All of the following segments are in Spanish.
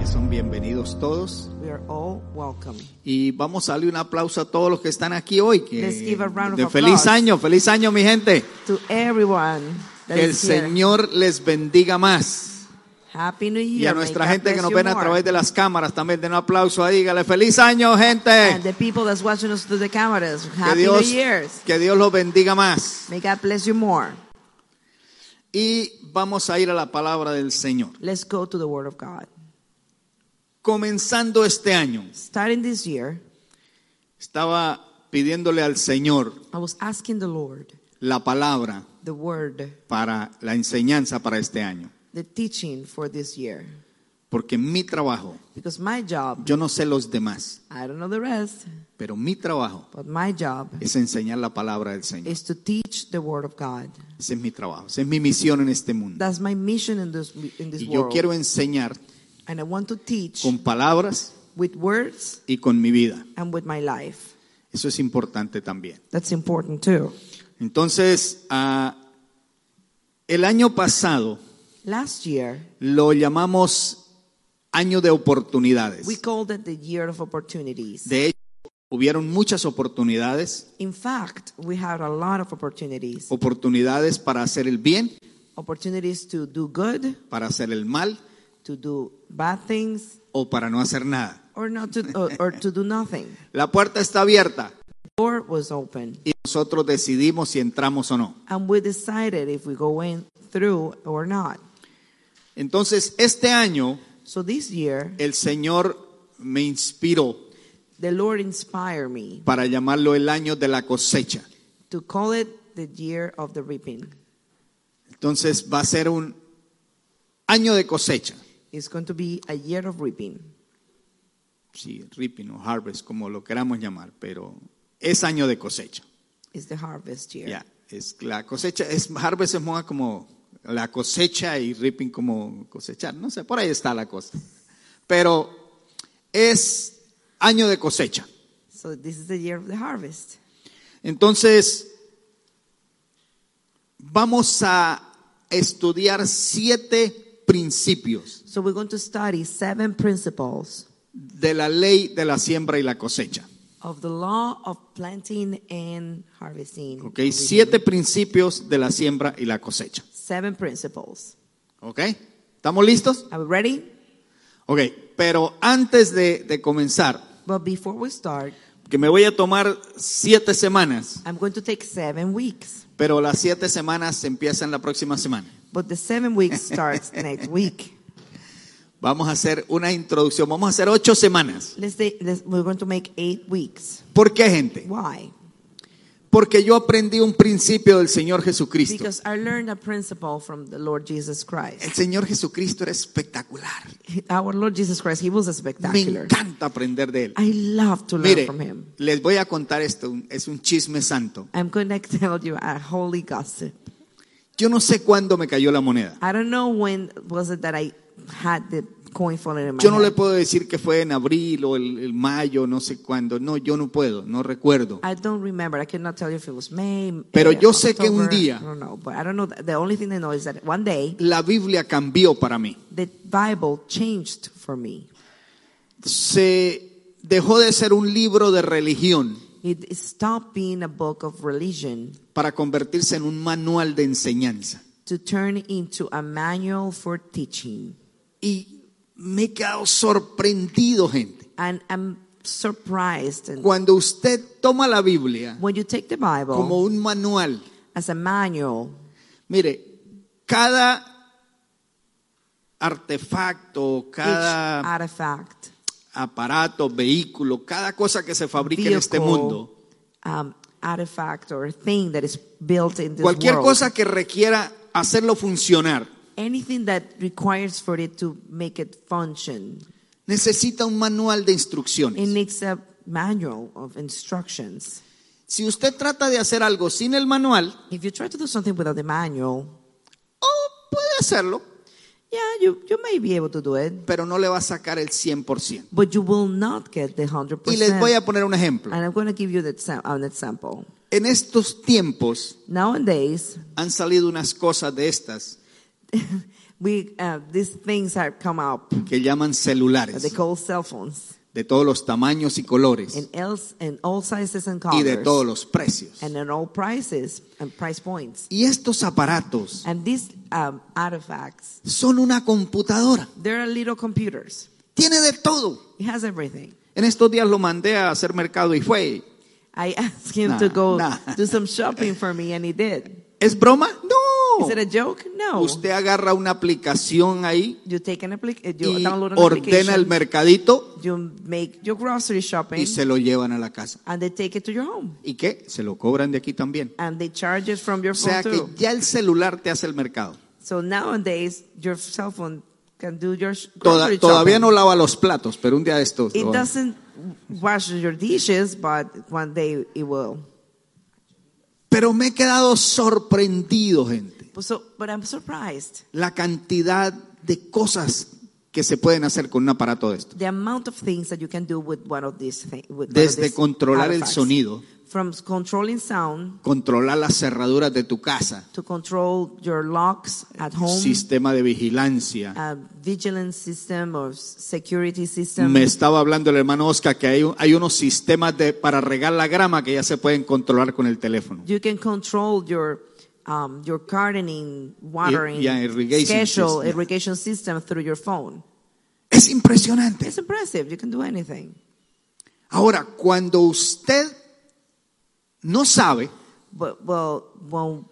que son bienvenidos todos. We are all welcome. Y vamos a darle un aplauso a todos los que están aquí hoy. que- Let's give a round of de feliz applause. año, feliz año mi gente. To everyone that Que el is here, Señor les bendiga más. Happy New Year. Y a May nuestra God gente que bless nos you ven a more. través de las cámaras también, den un aplauso ahí, dígale feliz año And gente. the people that's watching us through the cameras. Que Happy Dios, New Year's. que Dios los bendiga más. May God bless you more. Y vamos a ir a la palabra del Señor. Let's go to the Word of God. Comenzando este año, Starting this year, estaba pidiéndole al Señor I was asking the Lord, la palabra the Word, para la enseñanza para este año. the teaching for this year. Porque mi trabajo, Because my job, yo no sé los demás, I don't know the rest, pero mi trabajo but my job es enseñar la palabra del Señor. is to teach the Word of God. Ese es mi trabajo, esa es mi misión en este mundo. That's my mission in this, in this Y yo world. quiero enseñar and I want to teach con palabras with words y con mi vida. and with my life. Eso es importante también. That's important too. Entonces, ah, el año pasado Last year, lo llamamos año de oportunidades. we called it the year of opportunities. De hecho, hubieron muchas oportunidades, In fact, we had a lot of opportunities oportunidades para hacer el bien, opportunities to do good, para hacer el mal to do bad things, o para no hacer nada. or, not to, or, or to do nothing. La puerta está abierta The door was open, y nosotros decidimos si entramos o no. and we decided if we go in through or not. Entonces, este año So this year, el Señor me inspiró the Lord inspired me para llamarlo el año de la cosecha. to call it the year of the reaping. Entonces, va a ser un año de cosecha. It's going to be a year of reaping. Sí, reaping o harvest, como lo queramos llamar, pero es año de cosecha. It's the harvest year. Ya, es la cosecha, es harvest es más como la cosecha y ripping como cosechar, no sé, por ahí está la cosa. Pero es año de cosecha. So this is the year of the harvest. Entonces, vamos a estudiar siete principios So we're going to study seven principles de la ley de la siembra y la cosecha. of the law of planting and harvesting. ¿Ok? Reading. Siete principios de la siembra y la cosecha. Seven principles. ¿Ok? ¿Estamos listos? Are we ready? Ok, pero antes de- de comenzar, But before we start, que me voy a tomar siete semanas, I'm going to take seven weeks. pero las siete semanas empiezan la próxima semana. But the seven weeks starts next week. Vamos a hacer una introducción, vamos a hacer ocho semanas. Let's say let's, we're going to make eight weeks. ¿Por qué, gente? Why? Porque yo aprendí un principio del Señor Jesucristo. Because I learned a principle from the Lord Jesus El Christ. Señor Jesucristo era espectacular. Our Lord Jesus Christ, he was Me spectacular. encanta aprender de él. I love to learn Mire, from him. les voy a contar esto, un- es un chisme santo. I'm going to tell you a holy gossip. Yo no sé cuándo me cayó la moneda. I don't know when was it that I had the coin falling in my Yo no le hand. puedo decir que fue en abril o el, el mayo, no sé cuándo. No, yo no puedo, no recuerdo. I don't remember. I cannot tell you if it was May. Pero eh, yo sé que un October. día- I don't know, but I don't know. The only thing I know is that one day La Biblia cambió para mí. the Bible changed for me. se dejó de ser un libro de religión It it stopped being a book of religion para convertirse en un manual de enseñanza. to turn into a manual for teaching. Y me he quedado sorprendido, gente. And I'm surprised and Cuando usted toma la Biblia when you take the Bible como un manual, as a manual, mire, cada artefacto, each cada artifact aparato, vehículo, cada cosa que se fabrica en este mundo, vehicle, um, artifact or thing that is built in this cualquier world. cosa que requiera hacerlo funcionar, Anything that requires for it to make it function. necesita un manual de It instrucciones. needs a manual of instructions. Si usted trata de hacer algo sin el manual, If you try to do something without the manual, oh, puede hacerlo, yeah, you, you may be able to do it, pero no le va a sacar el 100%. but you will not get the 100%. Y les voy a poner un ejemplo. And I'm going to give you the exam- an example. En estos tiempos Nowadays, han salido unas cosas de estas we uh, these things have come up que llaman that they celulares, call cell phones de todos los tamaños y colores in, else, in all sizes and y colors de todos los precios. and in all prices and price points. Y estos aparatos And these um, artifacts, son una computadora. they're little computers. Tiene de todo. It has everything. En estos días lo mandé a hacer mercado y fue. I asked him Nah, to go nah. do some shopping for me, and he did. ¿Es broma? Is it a No. joke? No. Usted agarra una aplicación ahí You take an application, you y download an ordena el application, mercadito you make your grocery shopping, y se lo llevan a la casa. and they take it to your home. ¿Y qué? Se lo cobran de aquí también. And they charge it from your O sea phone que too. ya el celular te hace el mercado. So nowadays, your cell phone can do your sh- Toda- grocery todavía shopping. no lava los platos, pero un día de estos. lo It va- doesn't wash your dishes, but one day it will. Pero me he quedado sorprendido, gente, But So, but I'm surprised la cantidad de cosas que se pueden hacer con un aparato de estos. the amount of things that you can do with one of these things. Desde controlar el sonido, from controlling sound controlar las cerraduras de tu casa, to control your locks at home, Ah, sistema de vigilancia. a vigilance system or s- security system. Me estaba hablando el hermano Oscar que hay, hay unos sistemas de, para regar la grama que ya se pueden controlar con el teléfono. You can control your um, your gardening, watering, yeah, irrigation schedule, system. irrigation system through your phone. Es impresionante. It's impressive. You can do anything. Ahora, cuando usted no sabe, But well, well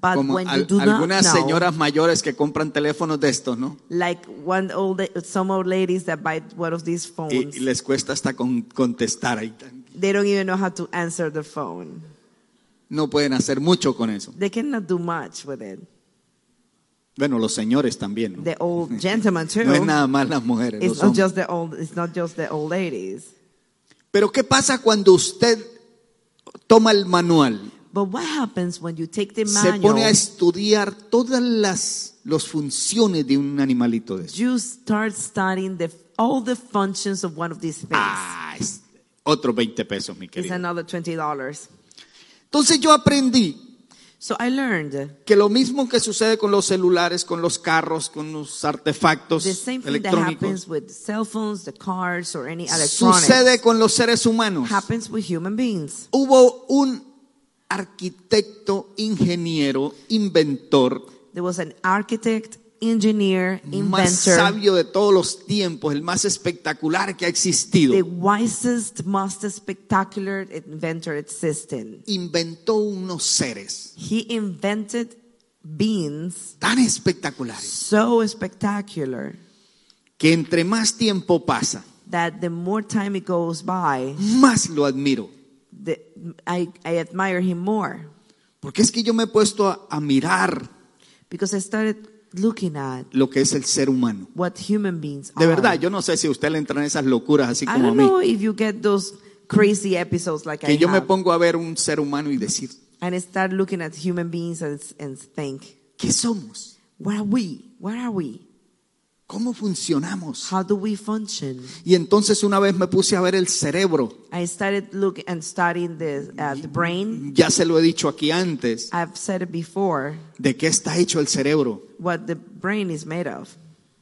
but como when you al- do not know, algunas señoras mayores que compran teléfonos de estos, ¿no? like one old, some old ladies that buy one of these Y, phones, y les cuesta hasta con- contestar ahí. they don't even know how to answer the phone. No pueden hacer mucho con eso. They cannot do much with it. Bueno, los señores también, ¿no? The old gentleman too. No es nada más las mujeres, It's los not hombres. just the old. It's not just the old ladies. Pero ¿qué pasa cuando usted toma el manual? But what happens when you take the Se pone a manual? estudiar todas las, los funciones de un animalito de eso. You start studying the all the functions of one of these things. Ah, es otros 20 pesos, mi It's querido. another twenty dollars. Entonces yo aprendí So I learned que lo mismo que sucede con los celulares, con los carros, con los artefactos the same thing that electrónicos, happens with cell phones, the cars, or any electronics sucede con los seres humanos. happens with human beings. Hubo un arquitecto, ingeniero, inventor, There was an architect, engineer, más inventor, sabio de todos los tiempos, el más espectacular que ha the existido, wisest, most spectacular inventor existing. inventó unos seres He invented beings tan espectaculares so spectacular que entre más tiempo pasa, that the more time it goes by, más lo admiro. the, I, I admire him more Porque es que yo me he puesto a, a mirar because I started looking at lo que es el ser humano. what human beings De are. verdad, yo no sé si a usted le entran esas locuras así I como a don't mí. know if you get those crazy episodes like I Que yo me have, pongo a ver un ser humano y decir, and I start looking at human beings and, and think, ¿qué somos? what are we? What are we? ¿Cómo funcionamos? How do we function? Y entonces una vez me puse a ver el cerebro. I started look and studying the, uh, the brain. Ya se lo he dicho aquí antes, I've said it before, de qué está hecho el cerebro. what the brain is made of.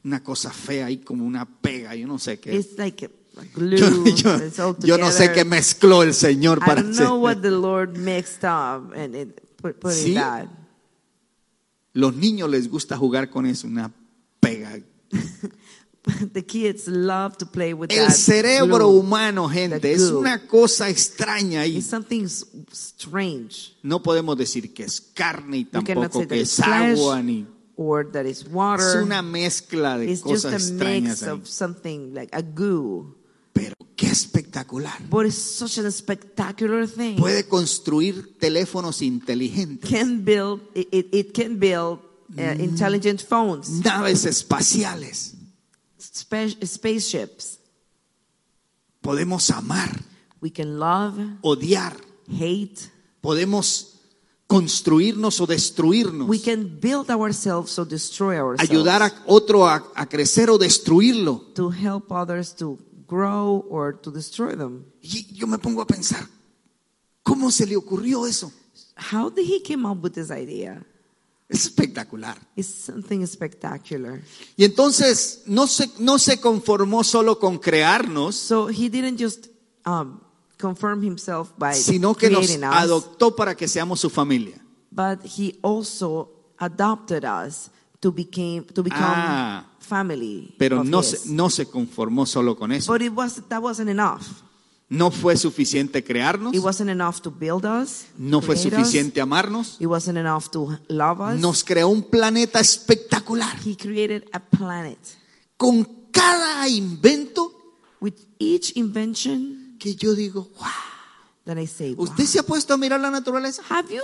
una cosa fea ahí como una pega, yo no sé qué. It's like a Yo, glue. yo- it's all yo no sé together. qué mezcló el Señor I para don't know what hacer. the Lord mixed up and it put, put Sí. it that. Los niños les gusta jugar con eso, una pega. the kids love to play with El that cerebro glue. humano, gente, that es glue. una cosa extraña ahí. It's something s- strange. No podemos decir que es carne y You cannot say tampoco that que es it's flesh agua ni or that it's water. es una mezcla de it's just cosas a extrañas mix ahí. of something like a goo. Pero qué espectacular. But it's such a spectacular thing. Puede construir teléfonos inteligentes, Can build it, it, it can build uh, Mm-hmm. intelligent phones, naves espaciales. spa- spaceships. Podemos amar, We can love, odiar, hate. podemos construirnos o destruirnos, We can build ourselves or destroy ourselves. ayudar a otro a, a crecer o destruirlo. to help others to grow or to destroy them. Y yo me pongo a pensar, ¿cómo se le ocurrió eso? How did he came up with this idea? Es espectacular. It's something spectacular. Y entonces no se, no se conformó solo con crearnos, So he didn't just um, confirm himself by sino que nos creating us, adoptó para que seamos su familia. but he also adopted us to became to become Ah. family. Pero of no his. se, no se conformó solo con eso. But it was that wasn't enough. No fue suficiente crearnos, It wasn't enough to build us. no fue create us. suficiente amarnos. It wasn't enough to love us. Nos creó un planeta espectacular. He created a planet Con cada invento with each invention que yo digo, wow. Then I say, wow. ¿Usted se ha puesto a mirar la naturaleza? have you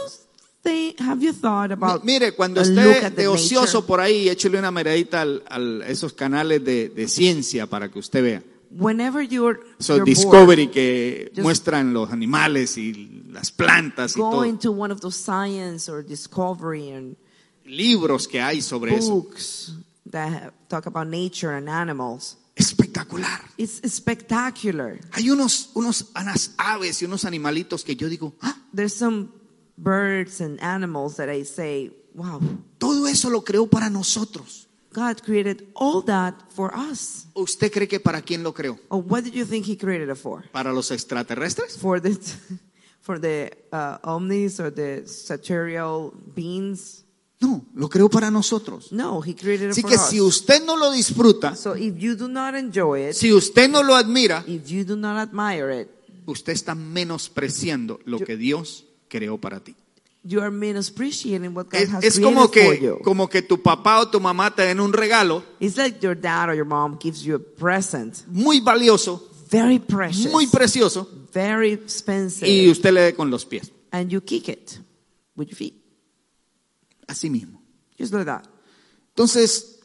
think, have you thought Mi- about Mire, cuando a look esté at the de ocioso nature? por ahí, échele una miradita al- al- a esos canales de, de ciencia para que usted vea. whenever you're, Esos you're Discovery que Just- muestran los animales y las plantas y bored, go todo. into one of those science or discovery and Libros que hay sobre eso. books that have- talk about nature and animals. Espectacular. It's spectacular. Hay unos, unos, unas aves y unos animalitos que yo digo, "Ah, There's some birds and animals that I say, wow, todo eso lo creó para nosotros. God created all that for us. ¿O ¿Usted cree que para quién lo creó? Or what did you think He created it for? ¿Para los extraterrestres? For the for the uh, omnis or the sartorial beings. No, lo creó para nosotros. No, he created it Así for que us. si usted no lo disfruta, so if you do not enjoy it, si usted no lo admira, if you do not admire it, usted está menospreciando lo que Dios creó para ti. you are misappreciating what God Es, has es created como for que, you. como que tu papá o tu mamá te den un regalo it's like your dad or your mom gives you a present, muy valioso, very precious, muy precioso, very expensive, y usted le dé con los pies. and you kick it with your feet, Así mismo. just like that. Entonces,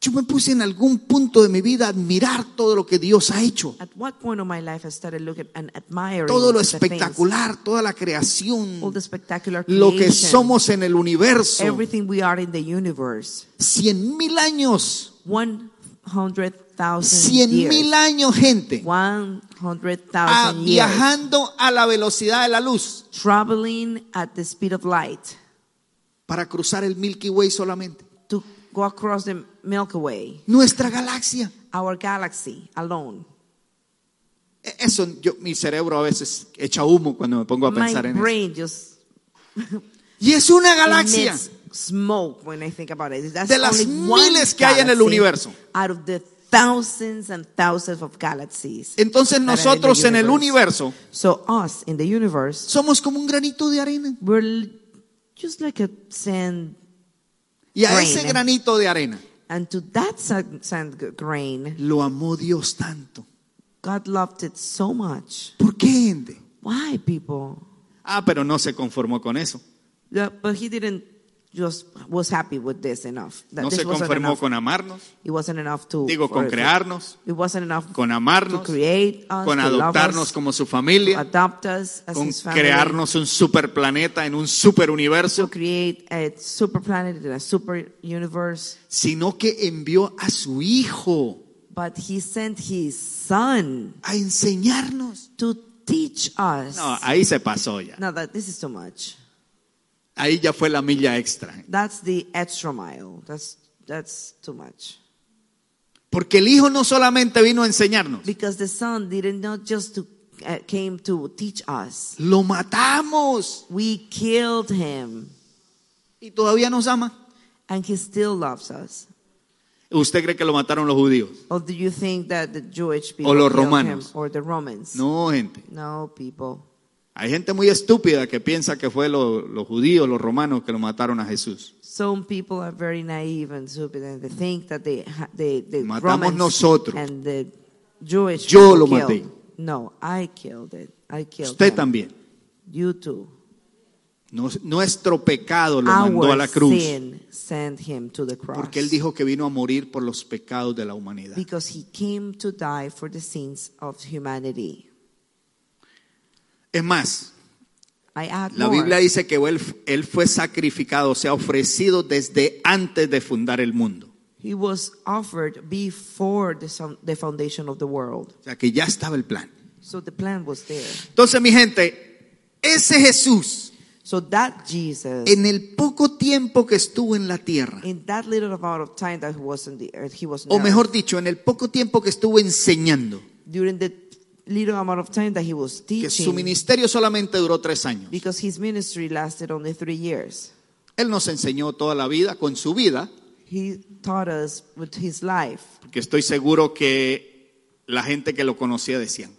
yo me puse en algún punto de mi vida a admirar todo lo que Dios ha hecho. At what point of my life I started looking and admiring Todo lo the things, espectacular, toda la all creación, the spectacular lo que creation, somos en el universo. everything we are in the universe, Cien mil años, one hundred thousand cien years. mil años, Ah, gente, a- 100,000 years viajando a la velocidad de la luz traveling at the speed of light para cruzar el Milky Way solamente. to go across the Milky Way, Nuestra galaxia. our galaxy alone. E- Eso, yo, mi cerebro a veces echa humo cuando me pongo a My pensar en eso. brain just Y es una galaxia. emits smoke when I think about it. That's De las only one miles que hay en el galaxy universo. Out of the thousands and thousands of galaxies. Entonces nosotros en el universo So us in the universe, somos como un granito de arena. we're l- just like a sand, Y a ese Grain. granito de arena and to that sand, sand g- grain, lo amó Dios tanto. God loved it so much. ¿Por qué, gente? Why, people? Ah, pero no se conformó con eso. Yeah, but he didn't just was happy with this enough. That No this se wasn't conformó enough. con amarnos, it wasn't enough to digo, con for- crearnos, It wasn't enough con to amarnos, create us, con to love adoptarnos us, como su to familia, adopt us as con his family, crearnos un superplaneta en un superuniverso. to create a super planet and a super universe. sino que envió a su Hijo But he sent his son a enseñarnos. to teach us. No, ahí se pasó ya. No, that this is too much. Ahí ya fue la milla extra. That's the extra mile. That's that's too much. Porque el Hijo no solamente vino a enseñarnos, Because the son didn't not just to uh, came to teach us. lo matamos We killed him, y todavía nos ama. and he still loves us. ¿Usted cree que lo mataron los judíos? Or do you think that the Jewish people los killed romanos. him, or the Romans? No, gente. No, people. Hay gente muy estúpida que piensa que fue lo- los judíos, los romanos que lo mataron a Jesús. Some people are very naive and stupid, and they think that they ha- they the Matamos Romans nosotros. and the Jewish Yo people lo killed. maté. No, I killed it. I killed Usted them. también. You too. Nos- nuestro pecado lo mandó Our a la cruz. sin sent him to the cross. Porque Él dijo que vino a morir por los pecados de la humanidad. because he came to die for the sins of humanity. Es más, I add la more. Biblia dice que Él, él fue sacrificado, se ha ofrecido desde antes de fundar el mundo. He was offered before the, son- the foundation of the world. O sea que ya estaba el plan. So the plan was there. Entonces, mi gente, ese Jesús, So that Jesus, en el poco tiempo que estuvo en la tierra, in that little amount of time that he was on the earth, he was o on earth, mejor dicho, en el poco tiempo que estuvo enseñando, during the little amount of time that he was que su teaching, ministerio solamente duró tres años. because his ministry lasted only three years. Él nos enseñó toda la vida, con su vida, He taught us with his life. porque estoy seguro que la gente que lo conocía decían,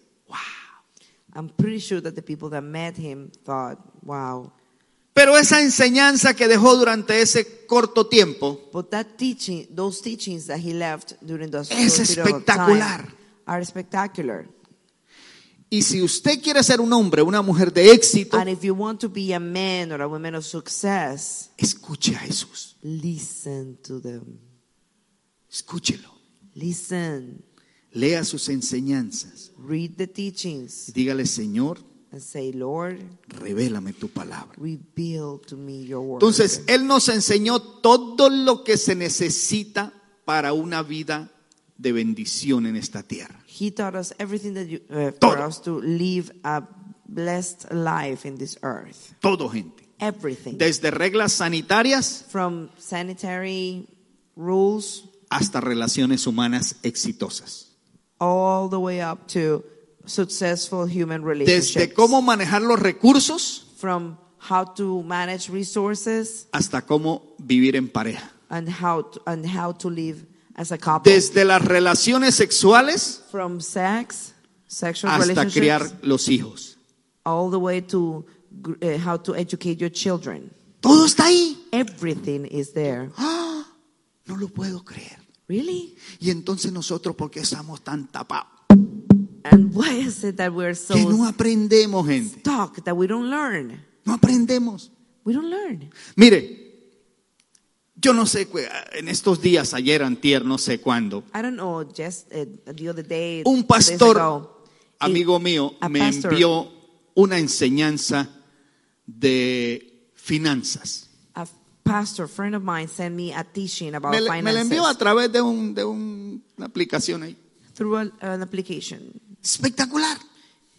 I'm pretty sure that the people that met him thought, wow. Pero esa enseñanza que dejó durante ese corto tiempo But that teaching, those teachings that he left during those Es short period of time espectacular. are spectacular. Y si usted quiere ser un hombre, una mujer de éxito, And if you want to be a man or a woman of success, escuche a Jesús, listen to them. escúchelo, Listen, lea sus enseñanzas read the y teachings, dígale, Señor, and say, Lord, revélame tu palabra. reveal to me your word. Entonces, Él nos enseñó todo lo que se necesita para una vida de bendición en esta tierra. he taught us everything that you, uh, Todo. for us to live a blessed life in this earth. Todo, gente. Everything. Desde reglas sanitarias From sanitary rules hasta relaciones humanas exitosas. all the way up to successful human relationships. Desde cómo manejar los recursos From how to manage resources hasta cómo vivir en pareja. and how to, and how to live as a couple. Desde las relaciones sexuales From sex, sexual hasta relationships, criar los hijos. all the way to gr- uh, how to educate your children. Todo está ahí. Everything is there. ¡Ah! No lo puedo creer. Really? Y entonces nosotros, ¿por qué estamos tan tapados? And why is it that we're so Que no aprendemos, gente. stuck that we don't learn? No aprendemos. We don't learn. Mire, yo no sé, cu- eh, en estos días, ayer, antier, no sé cuándo, I don't know, just uh, the other day, Un two days pastor, ago, a- amigo mío a me pastor- envió una enseñanza de finanzas. a pastor friend of mine sent me a teaching about Me, le- me la finances envió a través de, un- de un- una aplicación ahí. through a- an application. Espectacular.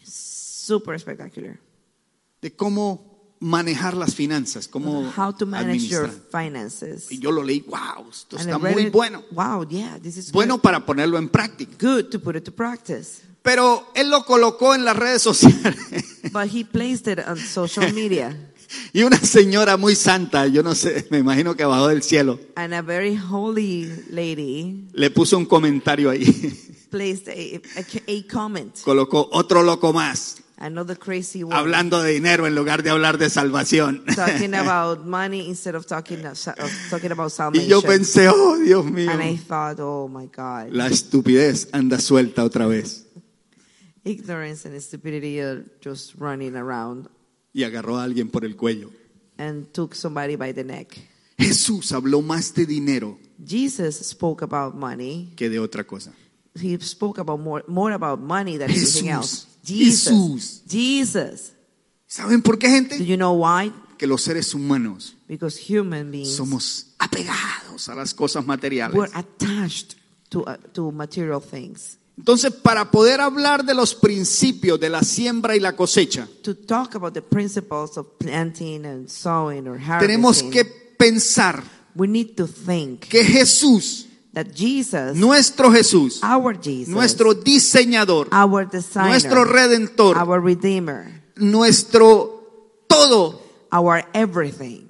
Super spectacular. De cómo manejar las finanzas, cómo How to manage your administrar. finances. Oh, Y yo lo leí, wow, esto And I está read muy it, bueno. Wow, yeah, this is Bueno para ponerlo en práctica. good. good to put it to practice. Pero él lo colocó en las redes sociales. But he placed it on social media. y una señora muy santa, yo no sé, me imagino que bajó del cielo, And a very holy lady le puso un comentario ahí. placed a, a, a comment. colocó otro loco más Another crazy one. hablando de dinero en lugar de hablar de salvación. Talking about money instead of talking, of, of talking about salvation. y yo pensé, oh Dios mío, And I thought, oh my God. la estupidez anda suelta otra vez. ignorance and stupidity are just running around Y agarró a alguien por el cuello. and took somebody by the neck. Jesús habló más de dinero Jesus spoke about money. que de otra cosa. He spoke about more, more about money than Jesús. anything else. Jesus. Jesús. Jesus. ¿Saben por qué, Do gente? you know why? Que los seres humanos Because human beings somos apegados a las cosas were materiales. attached to, uh, to material things. Entonces, para poder hablar de los principios de la siembra y la cosecha, To talk about the principles of planting and sowing or tenemos harvesting, que pensar we need to think que Jesús, that Jesus, nuestro Jesús, our Ah, Jesus, Ah. nuestro diseñador, our designer, nuestro redentor, our redeemer, nuestro todo, our everything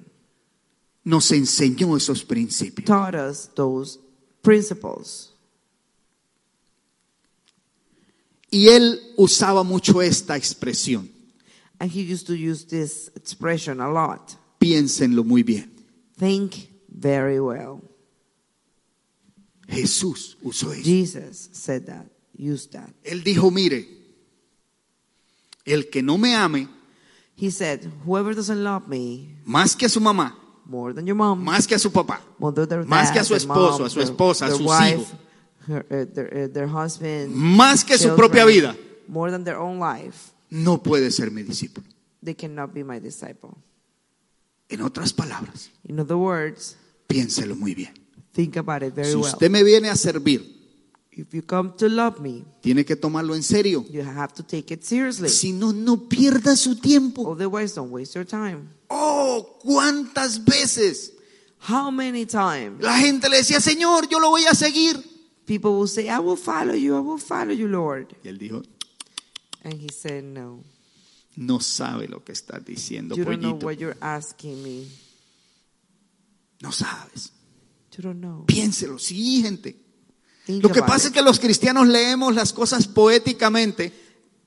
nos enseñó esos principios. taught us those principles. Y él usaba mucho esta expresión. And he used to use this expression a lot. Piénsenlo muy bien. Think very well. Jesús usó eso. Jesus said that. use that. Él dijo, mire, el que no me ame He said, Whoever doesn't love me más que a su mamá, more than your mom, más que a su papá, more than their más dad, que a su their esposo, mom, a su their- esposa, a their sus wife, hijos. her- eh, their, eh, their husband, más que su children, propia vida, more than their own life, no puede ser mi discípulo. they cannot be my disciple. En otras palabras, In other words, piénselo muy bien. think about it very Si well. usted me viene a servir, If you come to love me, tiene que tomarlo en serio. you have to take it seriously. Si no, no pierda su tiempo. Otherwise, don't waste your time. Oh, cuántas veces How many times la gente le decía, Señor, yo lo voy a seguir. people will say, I will follow you, I will follow you, Lord. Y él dijo, And he said, No. no sabe lo que estás diciendo, You don't know pollito. what you're asking me. No sabes. You don't know. Piénselo, sí, gente. Think Lo que about pasa es it. que los cristianos leemos las cosas poéticamente.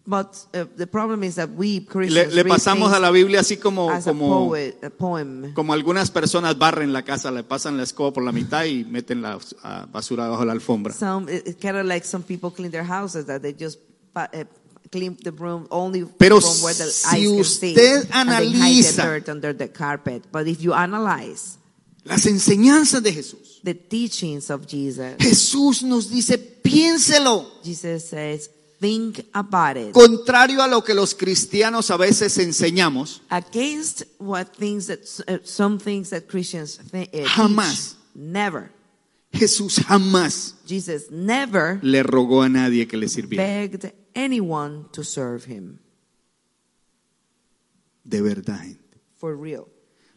But uh, the problem is that we Le, Christians le read pasamos things a la Biblia así como, as a, como, poet, a poem. como algunas personas barren la casa, le pasan la escoba por la mitad y meten la ah, basura bajo la alfombra. Some it, it's kind of like some people clean their houses that they just pa- eh, clean the room only Pero from where the si eyes can usted see and they hide the analiza- dirt under the carpet. But if you analyze Las enseñanzas de Jesús. the teachings of Jesus, Jesús nos dice, piénselo. Jesus says, think about it. Contrario a lo que los cristianos a veces enseñamos, Against what things that s- eh, some things that Christians think eh, teach, Jamás. never Jesús jamás Jesus never le rogó a nadie que le sirviera. begged anyone to serve him De verdad, gente. for real.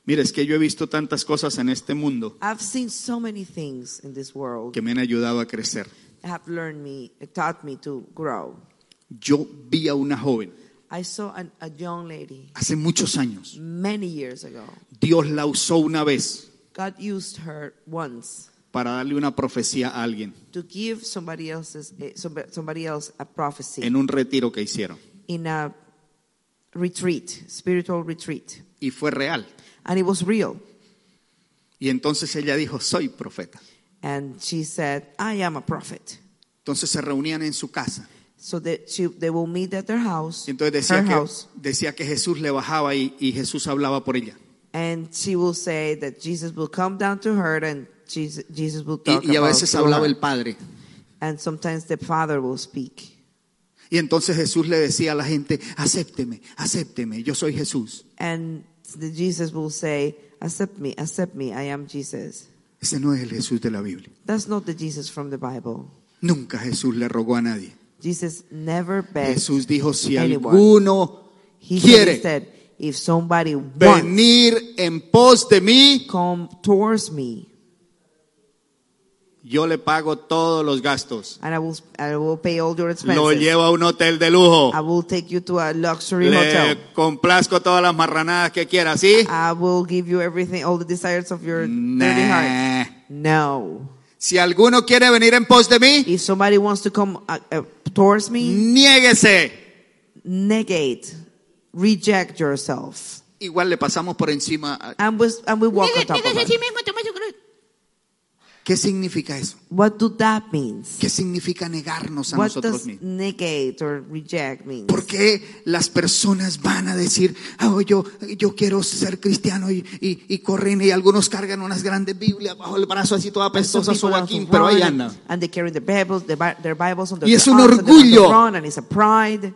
Mira, es que yo he visto tantas cosas en este mundo I've seen so many things in this world que me han ayudado a crecer. that have learned me, taught me to grow. Yo vi a una joven I saw an, a young lady hace muchos años. many years ago. Dios la usó una vez God used her once para darle una profecía a alguien to give somebody else's eh, someb- somebody else a prophecy en un retiro que hicieron. in a retreat, spiritual retreat, Y fue real. and it was real. Y entonces ella dijo, soy profeta. And she said, "I am a prophet." Entonces se reunían en su casa. So that she, they will meet at their house, Y entonces her decía que, house, decía que Jesús le bajaba y, y Jesús hablaba por ella. And she will say that Jesus will come down to her and Jesus, Jesus will talk Y, y a about veces to hablaba her. el Padre. And sometimes the Father will speak. Y entonces Jesús le decía a la gente, acépteme, acépteme, yo soy Jesús. And the Jesus will say, accept me, accept me, I am Jesus. Ese no es el Jesús de la Biblia. That's not the Jesus from the Bible. Nunca Jesús le rogó a nadie. Jesus never begged. Jesús dijo, si Anyone. alguno he quiere. said, if somebody wants, venir en pos de mí, come towards me yo le pago todos los gastos. and I will, I will pay all your Lo expenses. llevo a un hotel de lujo. I will take you to a luxury hotel. Le complazco todas las marranadas que quiera, ¿sí? I will give you everything, all the desires of your dirty heart. Nah. No. Si alguno quiere venir en pos de mí, If somebody wants to come uh, uh, towards Mm. me, niéguese. negate, reject yourself. Igual le pasamos por encima. a- And we, and we walk on top of it. ¿Qué significa eso? What do that means? ¿Qué significa negarnos a What nosotros does mismos? negate or reject mean? ¿Por qué las personas van a decir, "Ah, oh, yo, yo quiero ser cristiano y, y, y corren y algunos cargan unas grandes Biblias bajo el brazo así toda And some pestosa su people want to Joaquín, pero ahí run anda. And they carry the Bibles, the Bi- their Bibles on their Y es un arms and they want to orgullo. run and it's a pride.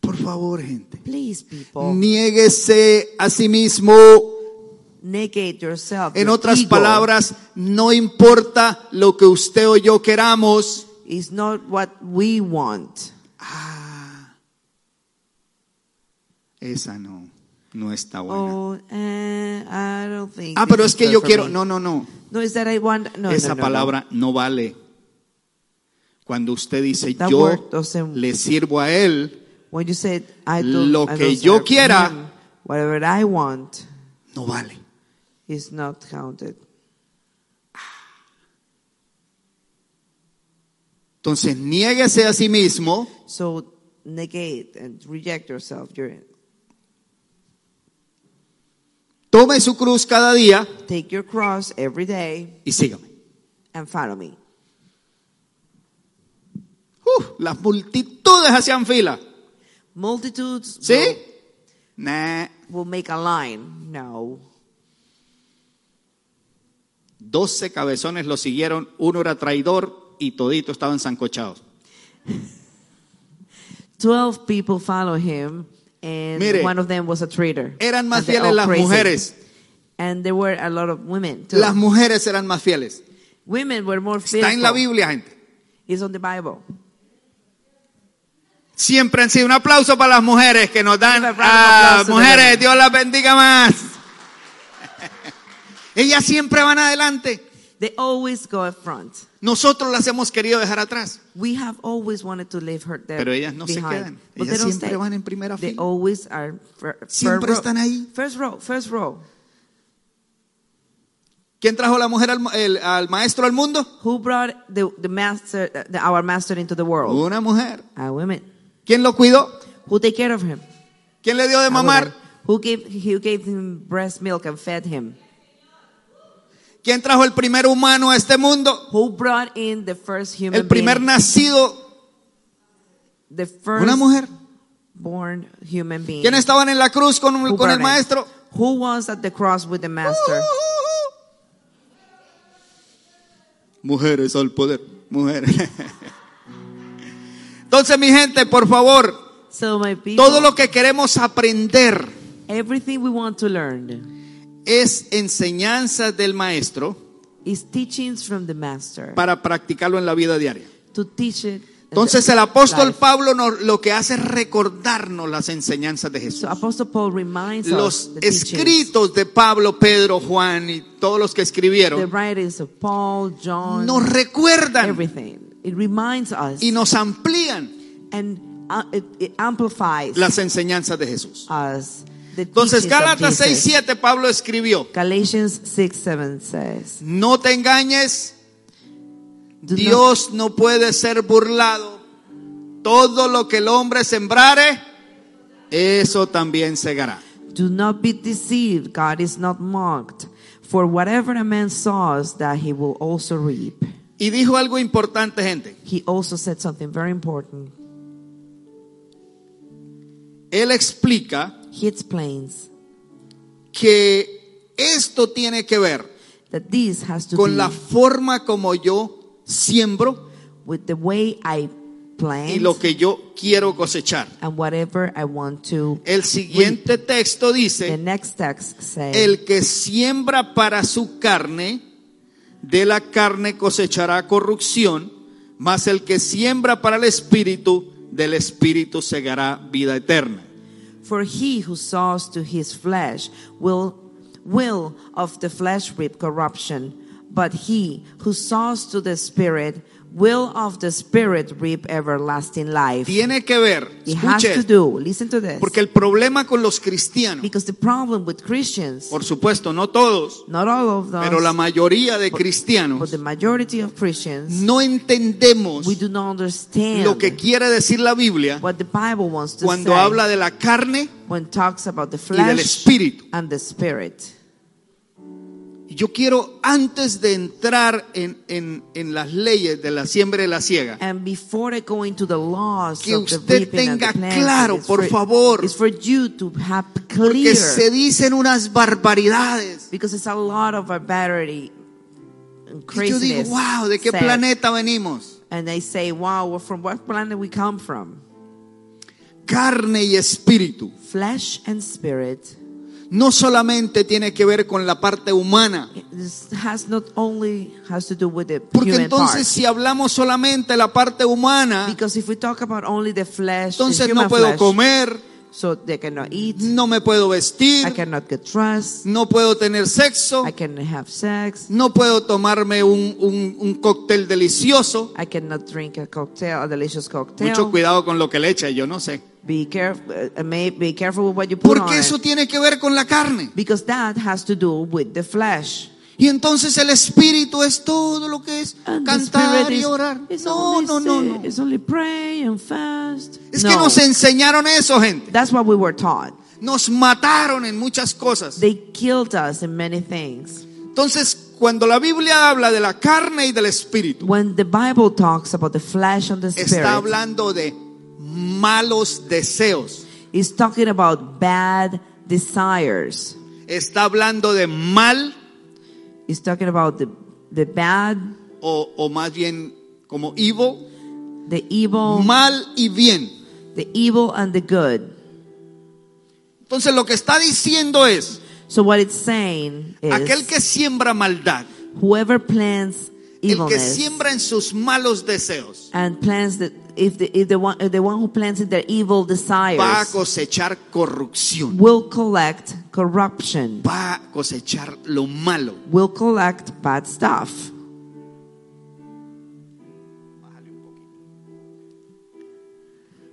Por favor, gente, Please, people, niéguese a sí mismo. negate yourself. En your otras ego. palabras, no importa lo que usted o yo queramos. it's not what we want. Ah, esa no, no está buena. Oh, eh, I don't think. ah, this pero is es que good yo for quiero. me. No, no, no. No, is that I want. No, esa no, no, no. palabra no. vale. Cuando usted dice That yo word doesn't- le sirvo a él, When you said I do, Lo I que don't yo serve quiera. him, whatever I want no vale. is not counted. Entonces, niéguese a sí mismo So negate and reject yourself. You're, Tome su cruz cada día take your cross every day y sígame. and follow me. ¡Uf! las multitudes hacían fila. Multitudes ¿Sí? will, Nah. will make a line. No. Doce cabezones lo siguieron, uno era traidor y todito estaban zancochados. Twelve people follow him, and Mire, one of them was a traitor. Eran más And they fieles all las praised him. mujeres. And there were a lot of women. Too. Las mujeres eran más fieles. women were more faithful. Está en la Biblia, gente. It's on the Bible. Siempre han sido un aplauso para las mujeres que nos dan. Give a round of Ah, applause to mujeres, them. Dios las bendiga más. Ellas siempre van adelante. They always go up front. Nosotros las hemos querido dejar atrás. We have always wanted to leave her there Pero ellas no se behind. quedan. But Ellas they don't siempre stay. van en primera They fila. always are fir- fir- Siempre row. están ahí. First row, first row. ¿Quién trajo la mujer al, el- al maestro al mundo? Who brought the, the master, uh, the, our master into the world? Una mujer. A woman. ¿Quién lo cuidó? Who take care of him? ¿Quién le dio de A woman. mamar? Who gave, who gave him breast milk and fed him? ¿Quién trajo el primer humano a este mundo? Who brought in the first human El primer being? nacido. The Una first mujer. born human being. ¿Quién estaban en la cruz con, Who con el brought it? maestro? Uh-huh. Who was at the cross with the master? Mujeres al poder, mujeres. Entonces, mi gente, por favor, So my people, todo lo que queremos aprender everything we want to learn es enseñanzas del maestro is teachings from the master para practicarlo en la vida diaria. to teach it. Entonces, el apóstol life. Pablo nos- lo que hace es recordarnos las enseñanzas de Jesús. So Apostle Paul reminds us Los the teachings, escritos de Pablo, Pedro, Juan y todos los que the escribieron writings of Paul, John, nos recuerdan everything. It reminds us y nos amplían and uh, it, it amplifies las enseñanzas de Jesús. us. The Entonces, teachings of Gálatas Jesus. 6, 7, Pablo escribió, Galatians 6 7 says, no te engañes, Do not- Dios no puede ser burlado. Todo lo que el hombre sembrare, eso también segará. Do not be deceived. God is not mocked. For whatever a man sows, that he will also reap. Y dijo algo importante, gente. He also said something very important. Él explica He explains que esto tiene que ver that this has to con do la forma como yo siembro with the way I y plant lo que yo quiero cosechar. and whatever I want to. El siguiente texto dice, The next text says, El que siembra para su carne, de la carne cosechará corrupción, mas el que siembra para el espíritu, del espíritu segará vida eterna. For he who sows to his flesh will will of the flesh reap corruption, but he who sows to the spirit will of the spirit reap everlasting life. Tiene que ver, It has escuche, to esto, do. Listen to this. porque el problema con los cristianos, Because the problem with Christians, por supuesto, no todos, not all of them, pero la mayoría de but cristianos, the majority of Christians, no entendemos we do not understand lo que quiere decir la Biblia what the Bible wants to cuando say habla de la carne when it talks about the y del flesh espíritu. and the spirit. Yo quiero, antes de entrar en, en- en las leyes de la siembra y la ciega, And before I go into the laws Que of the usted reaping and the tenga planting, claro, it's por for, favor. it's for you to have porque clear, se dicen unas barbaridades. because it's a lot of barbarity and Y yo digo, craziness. wow, ¿de qué said. planeta venimos? And they say, wow, we're from what planet we come from? Carne y espíritu. Flesh and spirit. No solamente tiene que ver con la parte humana, This has not only has to do with the porque human entonces part. si hablamos solamente de la parte humana, Because if we talk about only the flesh, the entonces human no puedo flesh, comer, so they cannot eat, no me puedo I vestir, cannot get dressed, no puedo tener sexo, I cannot have sex, no puedo tomarme un, un- un cóctel delicioso. I cannot drink a cocktail, a delicious cocktail. Mucho cuidado con lo que le echa, yo no sé. Be careful. Uh, may, be careful with what you put on Porque eso it, tiene que ver con la carne. because that has to do with the flesh. Y entonces el espíritu es todo lo que es And the cantar spirit y is- orar. is No, only no, no, say- no. It's only pray and fast. Es no. que nos enseñaron eso, gente. That's what we were taught. Nos mataron en muchas cosas. They killed us in many things. Entonces, cuando la Biblia habla de la carne y del espíritu, When the Bible talks about the flesh and the está spirit, hablando de malos deseos, it's talking about bad desires. está hablando de mal It's talking about the, the bad, o, o más bien como evil, the evil, mal y bien. the evil and the good. Entonces lo que está diciendo es, So what it's saying aquel is que siembra maldad, whoever plants el que evilness siembra en sus malos deseos, and plants the if the if the one if the one who plants in their va evil a desires cosechar corrupción, will collect corruption, va a cosechar lo malo. will collect bad stuff.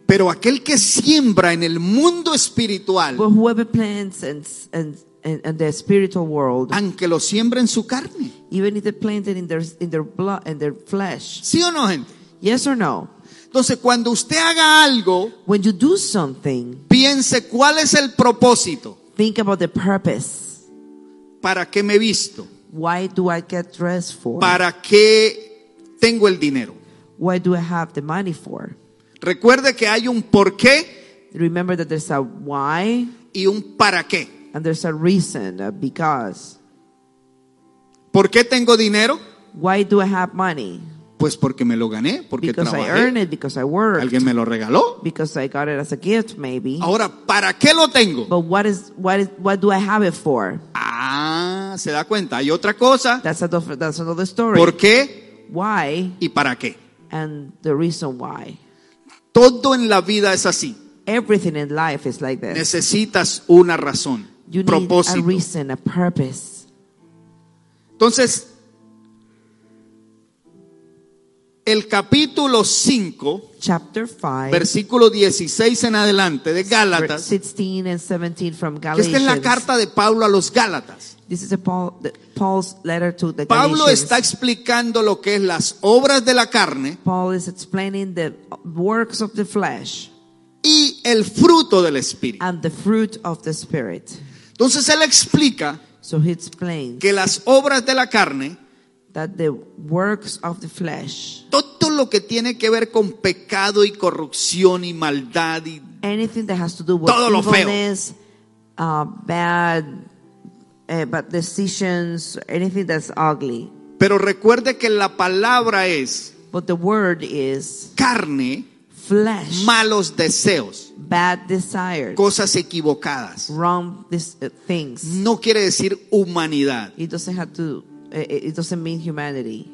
Pero aquel que siembra en el mundo espiritual, But whoever plants and and and, and the spiritual world, aunque lo siembra en su carne, even if they planted in their in their blood and their flesh, ¿sí o no, gente? yes or no? Entonces, cuando usted haga algo, When you do something, piense cuál es el propósito, think about the purpose. para qué me visto, Why do I get dressed for? para qué tengo el dinero. Why do I have the money for? Recuerde que hay un por qué Remember that there's a why y un para qué. and there's a reason, a because. ¿Por qué tengo dinero? Why do I have money? Pues porque me lo gané, porque Because I earn trabajé, it, because I work, alguien me Oh. lo regaló. because I got it as a gift, maybe. Ahora, ¿para qué lo tengo? But what is what is what do I have it for? Ah, se da cuenta, hay otra cosa. That's another that's another story. ¿Por qué why y para qué? and the reason why. Todo en la vida es así. Everything in life is like this. Necesitas una razón, You need a propósito. reason, a purpose. Entonces, el capítulo 5, Chapter 5, versículo 16 en adelante de verse Gálatas, 16 and 17 from que esta es la Galatians. carta de Pablo a los Gálatas. This is a Paul, the, Paul's letter to the Pablo Galatians. está explicando lo que es las obras de la carne Paul is explaining the works of the flesh y el fruto del Espíritu. and the fruit of the spirit. Entonces él explica So he explains que las obras de la carne, that the works of the flesh, todo lo que tiene que ver con pecado y corrupción y maldad y anything that has to do with Todo lo feo. evilness, uh, bad, uh, bad decisions, anything that's ugly. Pero recuerde que la palabra es But the word is carne, flesh, malos deseos, bad desires, cosas equivocadas. wrong dis- uh, things. No quiere decir humanidad, It doesn't have to. uh, It doesn't mean humanity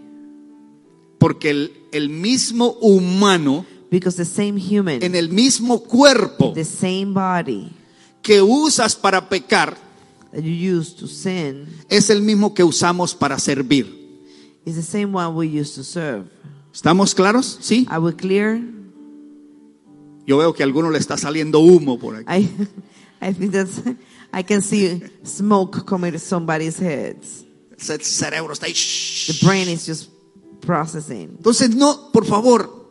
porque el, el mismo humano, because the same human, en el mismo cuerpo the same body que usas para pecar, that you use to sin es el mismo que usamos para servir. is the same one we used to serve. ¿Estamos claros? Sí. Are we clear? Yo veo que a alguno le está saliendo humo por aquí. I, I think that's. I can see smoke coming to somebody's heads. El cerebro está ahí. The brain is just processing. Entonces, no, por favor,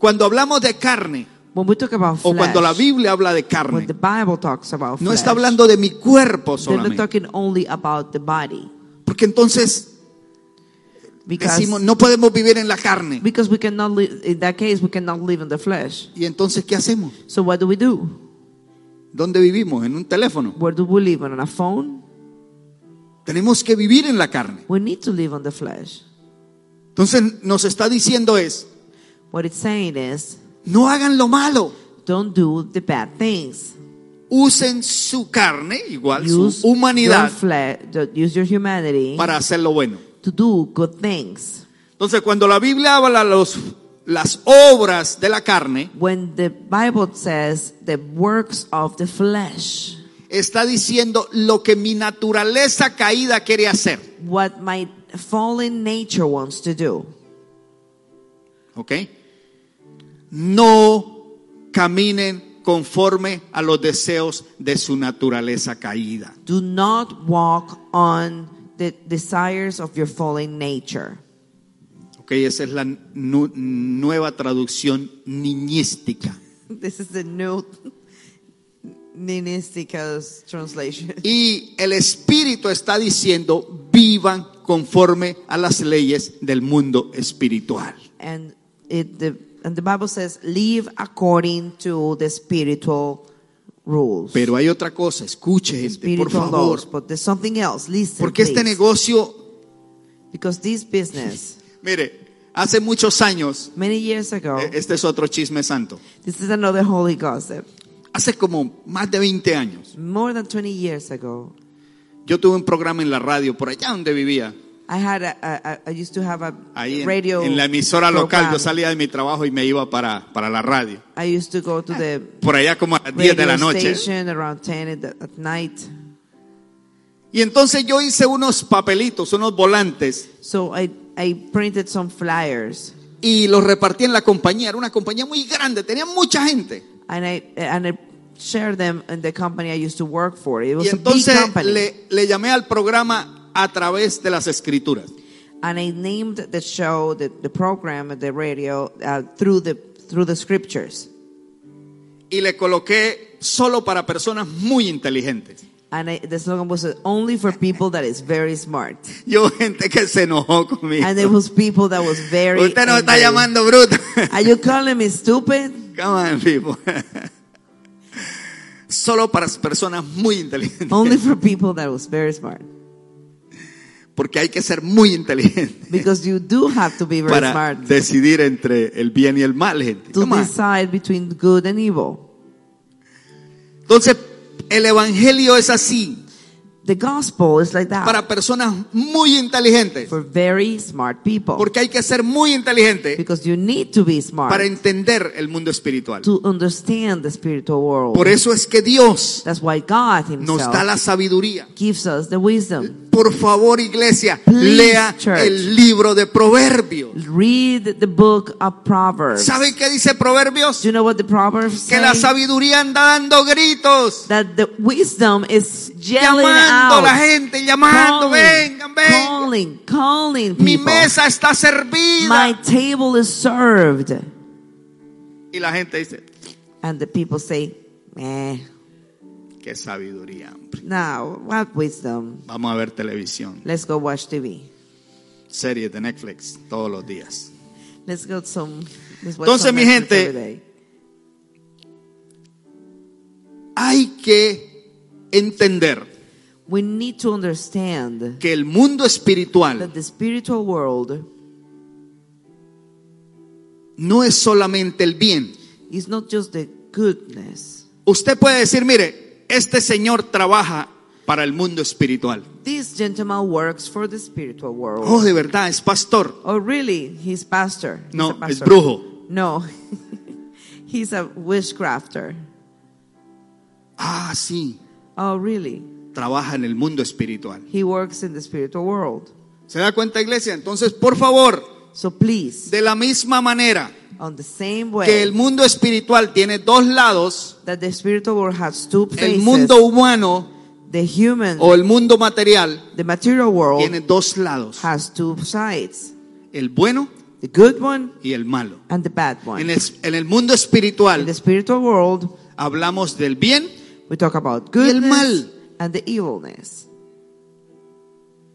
cuando hablamos de carne, When we talk about o flesh, cuando la Biblia habla de when carne, the Bible talks about No flesh, está hablando de mi cuerpo they're not solamente. talking only about the body Porque entonces because decimos, no podemos vivir en la carne. because we cannot live in that case we cannot live in the flesh. ¿Y entonces qué hacemos? So what do we do? ¿Dónde vivimos? ¿En un teléfono? Where do we live on a phone? Tenemos que vivir en la carne. We need to live on the flesh. Entonces nos está diciendo es, What it's saying is, no hagan lo malo. don't do the bad things. Usen su carne, igual su Use your humanidad, flesh, use your humanity para hacer lo bueno. to do good things. Entonces cuando la Biblia habla los, las obras de la carne, When the Bible says the works of the flesh, está diciendo lo que mi naturaleza caída quiere hacer. what my fallen nature wants to do, ¿Ok? No caminen conforme a los deseos de su naturaleza caída. do not walk on the desires of your fallen nature. ¿Ok? Esa es la nu- nueva traducción niñística. This is the new Ninistica's translation. Y el Espíritu está diciendo, vi vivan conforme a las leyes del mundo espiritual. And it the and the Bible says, live according to the spiritual rules. Pero hay otra cosa, escuche gente, por spiritual laws. favor, But there's something else. Listen. porque este please. negocio, Because this business, mire, hace muchos años, many years ago, eh, este es otro chisme santo, this is another holy gossip. hace como más de 20 años, More than 20 years ago, yo tuve un programa en la radio por allá donde vivía, I had a, a, a I used to have a ahí en, radio en la emisora local, yo program. salía de mi trabajo y me iba para, para la radio, I used to go to the por allá como a las 10 de la radio noche. station around 10 at, the- at night. Y entonces yo hice unos papelitos, unos volantes, So I, I printed some flyers y los repartí en la compañía, era una compañía muy grande, tenía mucha gente. and I and I shared them in the company I used to work for. It Y was a big entonces company. le, le llamé al programa a través de las escrituras. and I named the show, the, the program, the radio uh, through the through the scriptures. Y le coloqué solo para personas muy inteligentes. And I, the slogan was uh, only for people that is very smart. Yo gente que se enojó conmigo. And there was people that was very. Usted no está angry. llamando bruto. Are you calling me stupid? Come on, people. Solo para personas muy inteligentes. Only for people that was very smart. Porque hay que ser muy inteligente Because you do have to be very para smart decidir entre el bien y el mal, gente. to Come on. decide between good and evil. Entonces, el evangelio es así, The gospel is like that para personas muy inteligentes, for very smart people. porque hay que ser muy inteligente because you need to be smart Eh, para entender el mundo espiritual. to understand the spiritual world. Por eso es que Dios That's why God nos Himself da la sabiduría. gives us the wisdom. Por favor, iglesia, Please, lea church. el libro de Proverbios. Read the book of Proverbs. ¿Saben qué dice Proverbios? Do you know what the Proverbs Que say? la sabiduría anda dando gritos, that the wisdom is yelling llamando a out, la gente, llamando, calling, vengan, vengan. calling, calling Mi people. mesa está My servida. table is served, Y la gente dice, and the people say, "Eh, qué sabiduría, hombre. now what wisdom? Vamos a ver televisión, Let's go watch TV. series de Netflix todos los días. Let's go some." Let's watch Entonces, some mi Netflix gente, every day." Hay que entender we need to understand que el mundo that espiritual the spiritual world no es solamente el bien. is not just the goodness. Usted puede decir, mire, este señor trabaja para el mundo espiritual. This gentleman works for the spiritual world. Oh, de verdad, es pastor. Oh, really? He's pastor. He's No, a es pastor. brujo. No, he's a witchcrafter. Ah, sí, Oh, really? trabaja en el mundo espiritual. He works in the spiritual world. ¿Se da cuenta, iglesia? Entonces, por favor, So please, de la misma manera on the same way que el mundo espiritual tiene dos lados, that the spiritual world has two faces, el mundo humano the human, o el mundo material the material world tiene dos lados, has two sides, el bueno the good one y el malo. and the bad one. En el, en el mundo in the espiritual spiritual world, hablamos del bien, we talk about Y el goodness mal. and the evilness.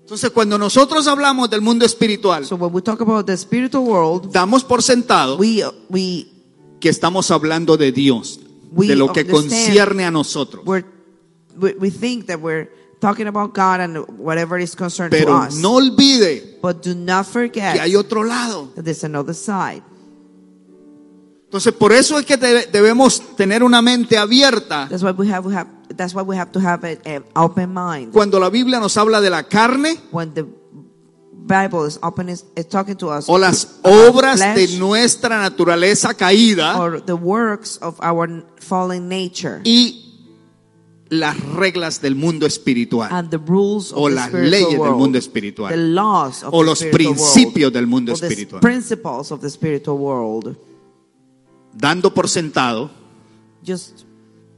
entonces cuando nosotros hablamos del mundo espiritual, So when we talk about the spiritual world, damos por sentado we we que estamos hablando de Dios, We de lo que understand. concierne a nosotros, we're, we, we think that we're talking about God and whatever is concerned to pero us. no olvide but do not que forget hay otro lado. that there's another side. Entonces por eso es que debe- debemos tener una mente abierta That's why we have, we have that's why we have to have an, an open mind. cuando la Biblia nos habla de la carne When the Bible is open is, is talking to us o las about obras flesh de nuestra naturaleza caída or the works of our fallen nature y las reglas del mundo espiritual. and the rules of o the las spiritual leyes del world, mundo espiritual. the laws of O the los spiritual principios world, del mundo or the espiritual. principles of the spiritual world dando por sentado just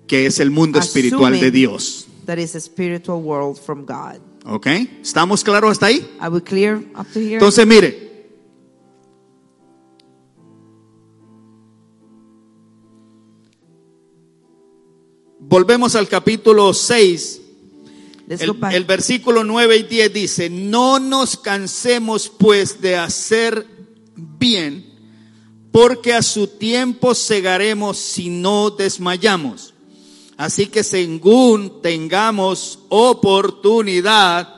que es el mundo espiritual de Assuming. Dios. that is a spiritual world from God ¿Ok? ¿Estamos claros hasta ahí? Are we clear up to here? Entonces, mire. Volvemos al capítulo 6 Let's go El, back. el versículo 9 y 10 dice, no nos cansemos pues de hacer bien, porque a su tiempo segaremos si no desmayamos. Así que según tengamos oportunidad,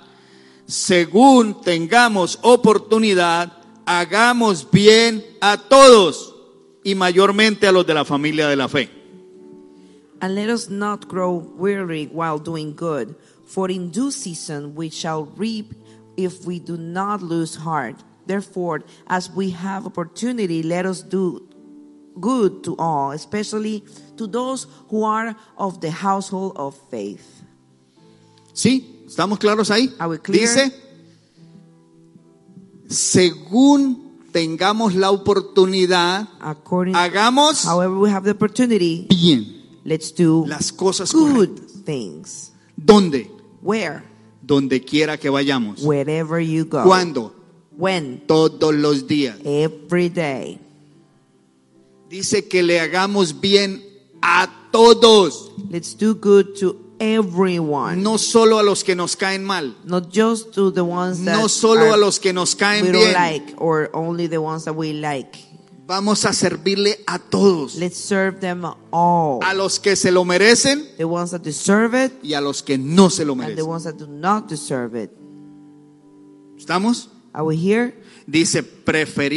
según tengamos oportunidad, hagamos bien a todos y mayormente a los de la familia de la fe. And let us not grow weary while doing good, for in due season we shall reap if we do not lose heart. Therefore, as we have opportunity, let us do good to all, especially to those who are of the household of faith. ¿Sí? ¿Estamos claros ahí? Are we clear? Dice, según tengamos la oportunidad, According hagamos however we have the opportunity, bien let's do las cosas good correctas. things. ¿Dónde? Where? Donde quiera que vayamos. Wherever you go. ¿Cuándo? When? Todos los días. Every day. Dice que le hagamos bien a todos, Let's do good to everyone, no solo a los que nos caen mal, not just to the ones that no solo are- a los que nos caen we don't bien. like or only the ones that we like. Vamos a servirle a todos, Let's serve them all. a los que se lo merecen The ones that deserve it y a los que no se lo and the merecen. ones that do not deserve it. ¿Estamos? Are we here? Dice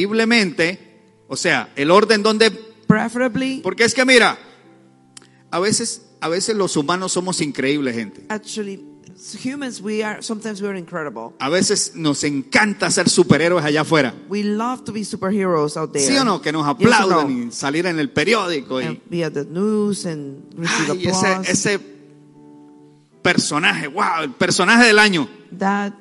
preferiblemente, o sea, el orden donde, Preferably, porque es que mira, a veces, a veces los humanos somos increíbles, gente. actually, as humans we are sometimes we are incredible. A veces nos encanta ser superhéroes allá afuera. We love to be superheroes out there. ¿Sí o no? Que nos Yes or aplaudan ¿eh? no? y salir en el periódico y, And be at the news and receive ay, ese, applause. ese personaje, wow, el personaje del año. That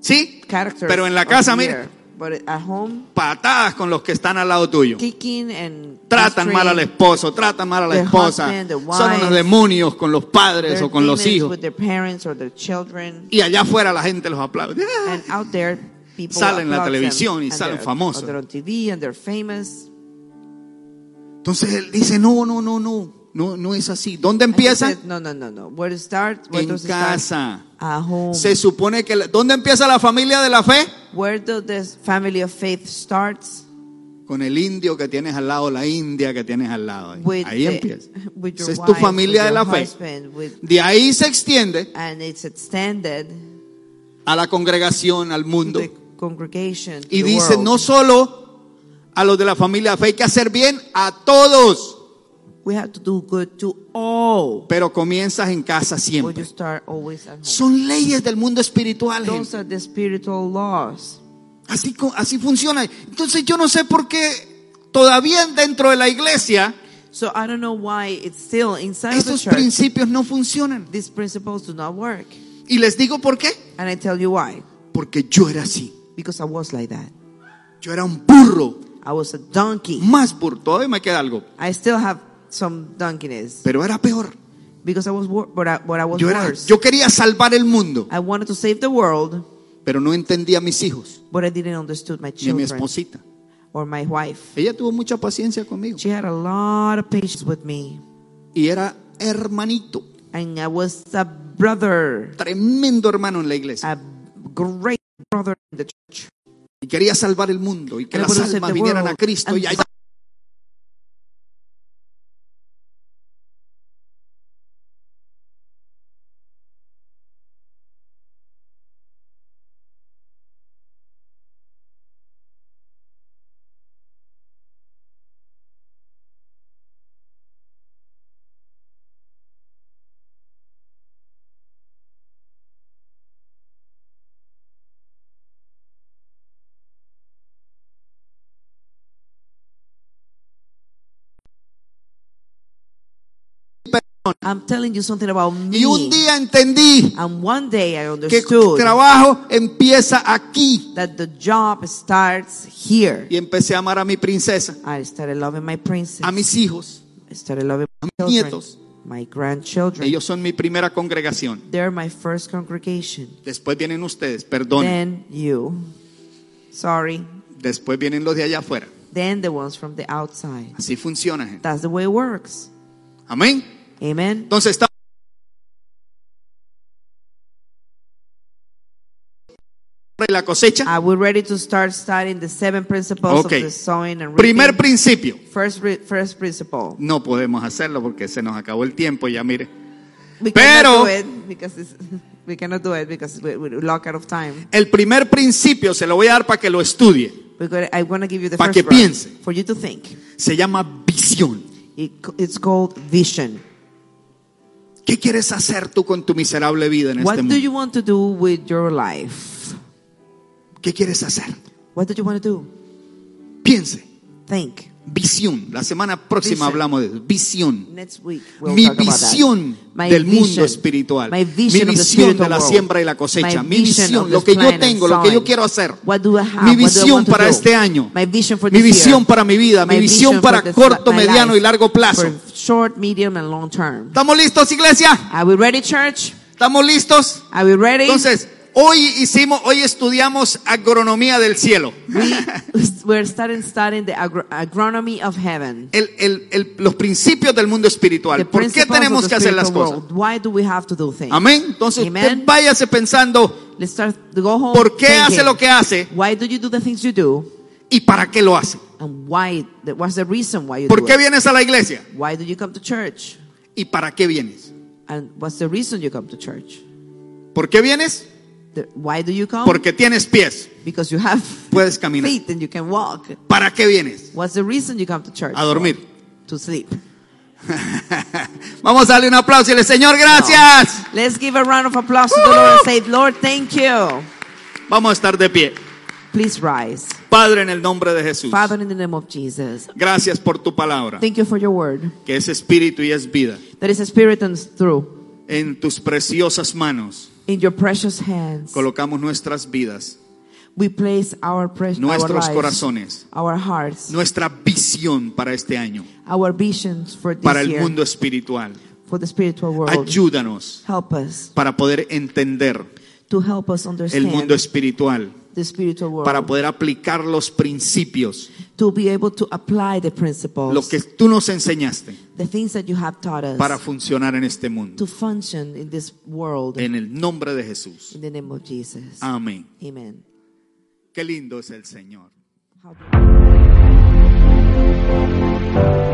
¿Sí? character. Pero en la of casa, the mira, year. But at home. patadas con los que están al lado tuyo. kicking and Tratan mal al pestering esposo, tratan mal a la their esposa. husband, their Son unos wife, demonios con los padres their o con los demons hijos. with their parents or their children Y allá afuera la gente los aplaude. ¡Ah! and out there people Salen la applaud them, televisión y and salen they're- famosos. they're on TV and they're famous Entonces él dice, no, no, no, no, no, no es así. ¿Dónde And they empieza? said, no no no no where to start where En does it start? casa. at home Se supone que... la- ¿Dónde empieza la familia de la fe? where does this family of faith starts Con el indio que tienes al lado, la india que tienes al lado. Ahí, with Ahí the- empieza. with your Esa es tu wife, familia with de la your fe. husband, with, De ahí se extiende and it's extended a la congregación, al to mundo. the congregation to Y the dice, world. no solo a los de la familia de la fe, hay que hacer bien a todos. we have to do good to all Pero comienzas en casa when you siempre. start always at home Son leyes del mundo espiritual. gente. Those are the spiritual laws. Así, co- así funciona. Entonces yo no sé por qué todavía dentro de la iglesia So I don't know why it's still inside of the estos church. principios no funcionan. These principles do not work. Y les digo por qué. And I tell you why. Porque yo era así. Because I was like that. Yo era un burro. I was a donkey. Más burro. Todavía me queda algo. I still have some donkeyness. Pero era peor. Because I was, wor- but I, but I was Yo, era, worse. yo quería salvar el mundo. I wanted to save the world, Pero no entendía a mis hijos but I didn't understood my ni a mi children esposita. or my wife. Ella tuvo mucha paciencia conmigo. She had a lot of patience with me. Y era hermanito. And I was a brother, Tremendo hermano en la iglesia. a great brother in the church. Y quería salvar el mundo. Y que And las I wanted to save almas the vinieran a world. Cristo. Y And ahí I'm telling you something about me. Y un día entendí And one day I que el understood trabajo empieza aquí. that the job starts here. Y empecé a amar a mi princesa, I started loving my princess. a mis hijos. I started loving my a mis children, nietos. my grandchildren. Ellos son mi primera congregación. They're my first congregation. Después vienen ustedes, perdón. Then you. Sorry. Después vienen los de allá afuera. Then the ones from the outside. Así funciona, gente. That's the way it works. Amén. Amen. Entonces está siembra y la cosecha? Are we ready to start studying the seven principles Okay. of the sowing and reaping? Primer principio. first, re- first principle. No podemos hacerlo porque se nos acabó el tiempo, ya mire. We Pero- cannot do it because it's, we cannot do it because we, we lock out of time. El primer principio se lo voy a dar para que lo estudie. We're gonna, I want to give you the Pa' first que verse piense. for you to think. Se llama visión. It, it's called vision. ¿Qué quieres hacer tú con tu miserable vida en What este do you mundo? want to do with your life? ¿Qué quieres hacer? What do you want to do? Piense. Think. Visión. La semana próxima Vision. hablamos de eso. visión. Next week we'll mi talk about that. visión My del mundo vision. espiritual. My vision mi of the visión de spiritual la world. siembra y la cosecha. My Mi vision visión, of lo this que yo planet tengo, and lo que yo sowing. quiero hacer. What do I have? Mi What do I visión want to para do? este año. My vision for Mi this visión year. para mi vida. Mi My visión vision para for this- corto, my mediano life. y largo plazo. For short, medium and long term. ¿Estamos listos, iglesia? Are we ready, church? ¿Estamos listos? Are we ready? Entonces, hoy hicimos, hoy estudiamos agronomía del cielo. We're starting studying the agro- agronomy of heaven. El- el- el- los principios del mundo The espiritual. ¿Por qué principles tenemos of que the hacer las spiritual cosas? world. Why do we have to do things? Amén. Entonces, usted Amen. váyase pensando Let's start to go home. por qué hace thinking. lo que hace Why do you do the things you do? y para qué lo hace. And why? that- What's the reason why you ¿Por do qué it? vienes a la iglesia Why do you come to church? y para qué vienes? And what's the reason you come to church? ¿Por qué vienes? The- why do you come? Porque tienes pies, because you have puedes caminar. feet and you can walk. ¿Para qué vienes? What's the reason you come to church? A dormir. To sleep. Vamos a darle un aplauso y le Señor, gracias. Let's give a round of applause to the Lord and say, Lord, thank you. Vamos a estar de pie. Please rise. Padre, en el nombre de Jesús. Father, in the name of Jesus, Gracias por tu palabra, thank you for your word. que es espíritu y es vida. There is a spirit and through En tus preciosas manos in your precious hands. colocamos nuestras vidas, We place our precious our nuestros lives, corazones, our hearts, nuestra visión para este año, our visions for this para el year, mundo espiritual. for the spiritual world. Ayúdanos help us para poder entender to help us el understand mundo espiritual, the spiritual world, para poder aplicar los principios, to be able to apply the principles, lo que tú nos enseñaste the things that you have taught us, para funcionar en este mundo. to function in this world. En el nombre de Jesús. in the name of Jesus. Amén. Amen. Qué lindo es el Señor. How-